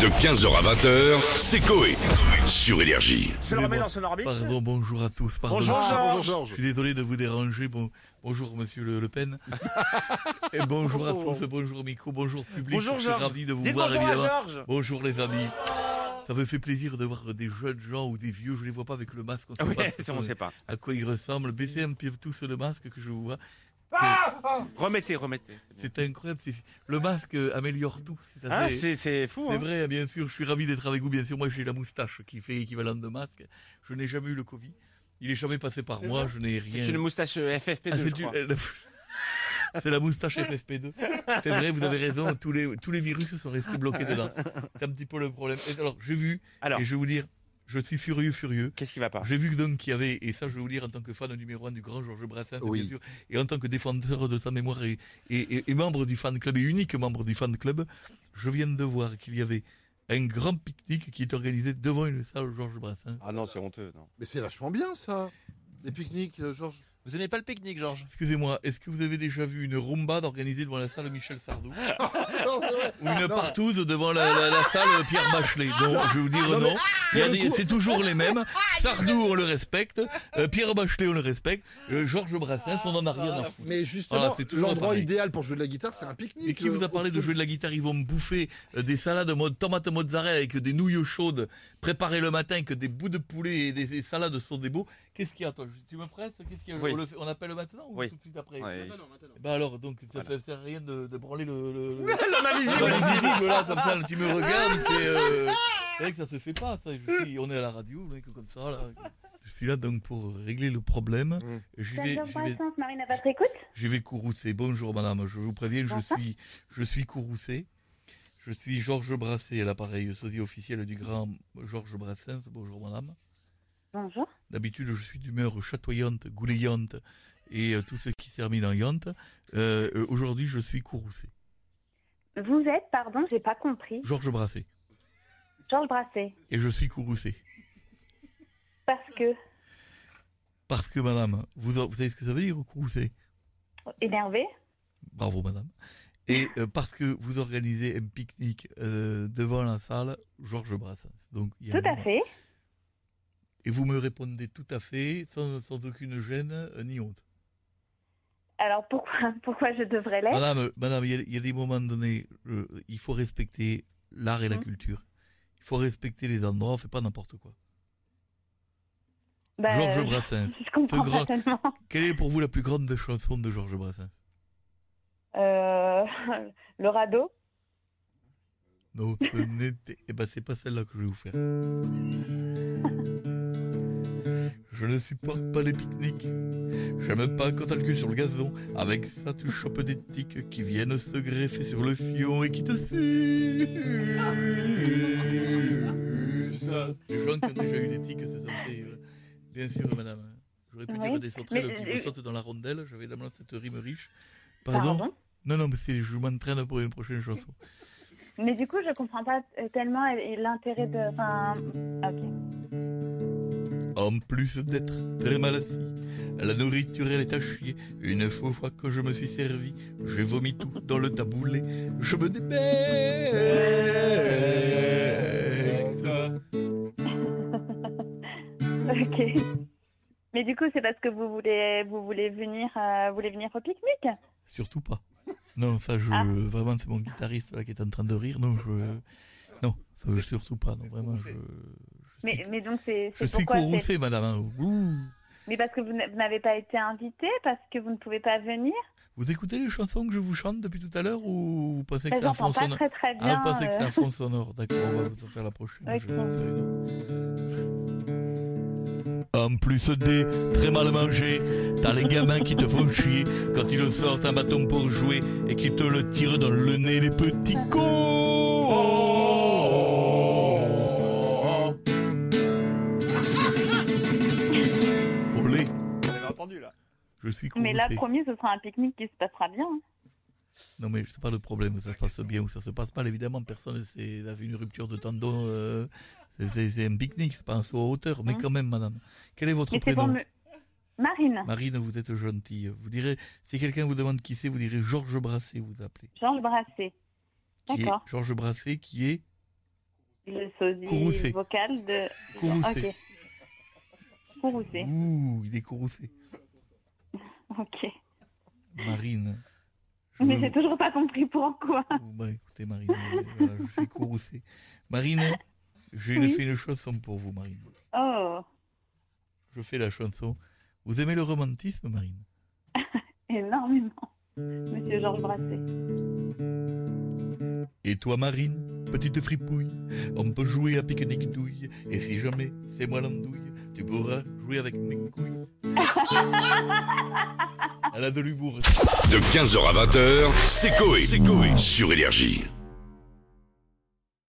De 15h à 20h, c'est Coé. Sur Énergie. Je le remets dans son orbite. Pardon, bonjour à tous. Pardon. Bonjour Georges. Je suis désolé de vous déranger. Bon, bonjour Monsieur Le, Le Pen. Et bonjour à tous. Bonjour Miko. Bonjour public. Bonjour Je suis Georges. ravi de vous Dites voir bonjour à évidemment. Georges. Bonjour les amis. Ça me fait plaisir de voir des jeunes gens ou des vieux. Je les vois pas avec le masque. On sait Ah Oui, pas ce ça, qu'on- on sait pas. À quoi ils ressemblent. Baissez un peu tous le masque que je vous vois. Remettez, remettez. c'est bien. C'est incroyable. c'est- Le masque euh, améliore tout. C'est Hein, assez- c'est c'est fou. C'est Hein. vrai, bien sûr, je suis ravi d'être avec vous. Bien sûr, moi j'ai la moustache qui fait équivalent de masque. Je n'ai jamais eu le Covid. Il est jamais passé par moi, je n'ai rien. C'est une moustache euh, FFP2, Ah, je c'est crois. du- C'est la moustache FFP2. C'est vrai, vous avez raison, tous les, tous les virus sont restés bloqués dedans. C'est un petit peu le problème. Et alors, j'ai vu, Alors, et je vais vous dire, je suis furieux, furieux. qu'est-ce qui va pas J'ai vu que donc qu'il y avait, et ça je vais vous dire en tant que fan numéro un du grand Georges Brassens, bien sûr, et en tant que défenseur de sa mémoire et, et- et- et membre du fan club, et unique membre du fan club, je viens de voir qu'il y avait un grand pique-nique qui est organisé devant une salle Georges Brassens. Ah non, c'est honteux, non. Mais c'est vachement bien ça. Les pique-niques, euh, Georges. Vous aimez pas le pique-nique, Georges Excusez-moi, est-ce que vous avez déjà vu une rumba organisée devant la salle Michel Sardou Non, c'est vrai. ou une Ah, Non. partouze devant la, la- la salle Pierre Bachelet. Non, je vais vous dire non. Il y a pour des- le coup- Ah, c'est toujours les mêmes. Sardou, on le respecte. Euh, Pierre Bachelet, on le respecte. Euh, Georges Brassens, on en a rien à foutre. Mais justement, Ah, c'est toujours l'endroit pareil. idéal pour jouer de la guitare, Ah, c'est un pique-nique. euh, Et qui vous a parlé de jouer de la guitare Ils vont me bouffer euh, des salades mode tomate mozzarella avec des nouilles chaudes préparées le matin avec des bouts de poulet et des, des salades sont des beaux. Qu'est-ce qu'il y a toi Tu me presses Qu'est-ce qu'il y a Oui. on, le fait- on appelle maintenant ou Oui. tout de suite après Ouais. Bah alors, donc ça fait- ça sert à rien de, de branler le- le- le... L'homme Ah bah, invisible. les irribles, là, comme ça, tu me regardes, c'est, euh, c'est vrai que ça se fait pas, ça. Je suis- on est à la radio, mec, comme ça, là. Je suis là donc pour régler le problème. Mm. J'y vais, Bonjour j'y vais, Brassens, Marine à votre écoute. j'y vais courroucé. Bonjour madame, je vous préviens, je Bonsoir. suis, je suis courroucé. Je suis Georges Brasset, à l'appareil sosie officiel du grand Georges Brassens. Bonjour madame. Bonjour. D'habitude, je suis d'humeur chatoyante, goulayante et euh, tout ce qui se termine en yante. Euh, euh, aujourd'hui, je suis courroucé. Vous êtes, pardon, j'ai pas compris, Georges Brasset. Georges Brasset. Et je suis courroucé. Parce que, Parce que madame, vous, vous savez ce que ça veut dire, courroucé énervé, Bravo madame. Et euh, parce que vous organisez un pique-nique euh, devant la salle Georges Brassens. Donc, il y a tout à un- fait. Et vous me répondez tout à fait, sans, sans aucune gêne euh, ni honte. Alors pourquoi, pourquoi je devrais l'être Madame, euh, madame, il y a- il y, a des moments donnés, euh, il faut respecter l'art et la Mhm. culture. Il faut respecter les endroits, on fait pas n'importe quoi. Bah, Georges euh, Brassens, Je comprends ce grand- pas tellement. quelle est pour vous la plus grande chanson de Georges Brassens Euh, le radeau. Non, ce n'était. Eh ben, c'est pas celle-là que je vais vous faire. Je ne supporte pas les pique-niques. J'aime pas quand t'as le cul sur le gazon. Avec ça, tu chopes des tiques qui viennent se greffer sur le fion et qui te sucent. Les gens qui ont déjà eu des tiques, ça, ça me fait, euh, Bien sûr, madame. J'aurais pu Oui, dire des sauterelles mais- euh, qui vous sautent dans la rondelle. J'avais d'abord cette rime riche. Pardon, Pardon. Non, non, mais c'est, je m'entraîne pour une prochaine chanson. Mais du coup, je comprends pas euh, tellement euh, l'intérêt de. Enfin, Hmm. ok. En plus d'être très mal assis, la nourriture elle est à chier. Une faux fois que je me suis servi, j'ai vomi tout dans le taboulé. Je me dépêche. Ok. Mais du coup, c'est parce que vous voulez, vous voulez venir, euh, vous voulez venir au pique-nique. Surtout pas. Non, ça je Ah. vraiment c'est mon guitariste là qui est en train de rire. Non, je non, ça je surtout pas. Non, vraiment je. je Mais, suis- mais donc c'est, je c'est suis pourquoi c'est- courroucé, madame. hein. Ouh. Mais parce que vous n'a- vous n'avez pas été invité, parce que vous ne pouvez pas venir. Vous écoutez les chansons que je vous chante depuis tout à l'heure ou vous pensez que Mais c'est un fond j'entends pas sonore très très Ah, bien. vous pensez que c'est euh, un fond sonore. D'accord, on va vous en faire la prochaine. Ok. je vais vous faire une autre. En plus des très mal mangés, t'as les gamins qui te font chier quand ils sortent un bâton pour jouer et qui te le tirent dans le nez, les petits Ah. Ah, cons. Olé, Vous avez ah. entendu là. je suis courroucé. Mais là, promis, ce sera un pique-nique qui se passera bien. hein. Non mais c'est pas le problème, ça se passe bien ou ça se passe mal. Évidemment, personne c'est a vu une rupture de tendon. euh, c'est- c'est c'est un pique-nique, c'est pas un saut à hauteur, mais Hein quand même, madame. Quel est votre Mais c'est prénom pour me... Marine, Marine, vous êtes gentille. Vous direz, si quelqu'un vous demande qui c'est, vous direz Georges Brassé, vous appelez. Georges Brassé. Qui est D'accord. Georges Brassé, qui est le sosie Courroucé. vocal de. Courroucé. Ok. Courroucé. Ouh, il est courroucé. Ok. Marine. je Mais veux- j'ai toujours pas compris pourquoi. Bon, bah, écoutez, Marine, euh, voilà, je suis courroucé. Marine, j'ai Oui. fait une chanson pour vous, Marine. Oh, Je fais la chanson. Vous aimez le romantisme, Marine énormément. Monsieur Georges Brassé. Et toi, Marine, petite fripouille, on peut jouer à pique-nique douille. Et si jamais c'est moi l'andouille, tu pourras jouer avec mes couilles. Elle a de l'humour. De 15h à 20h, c'est Coé. Sur Énergie.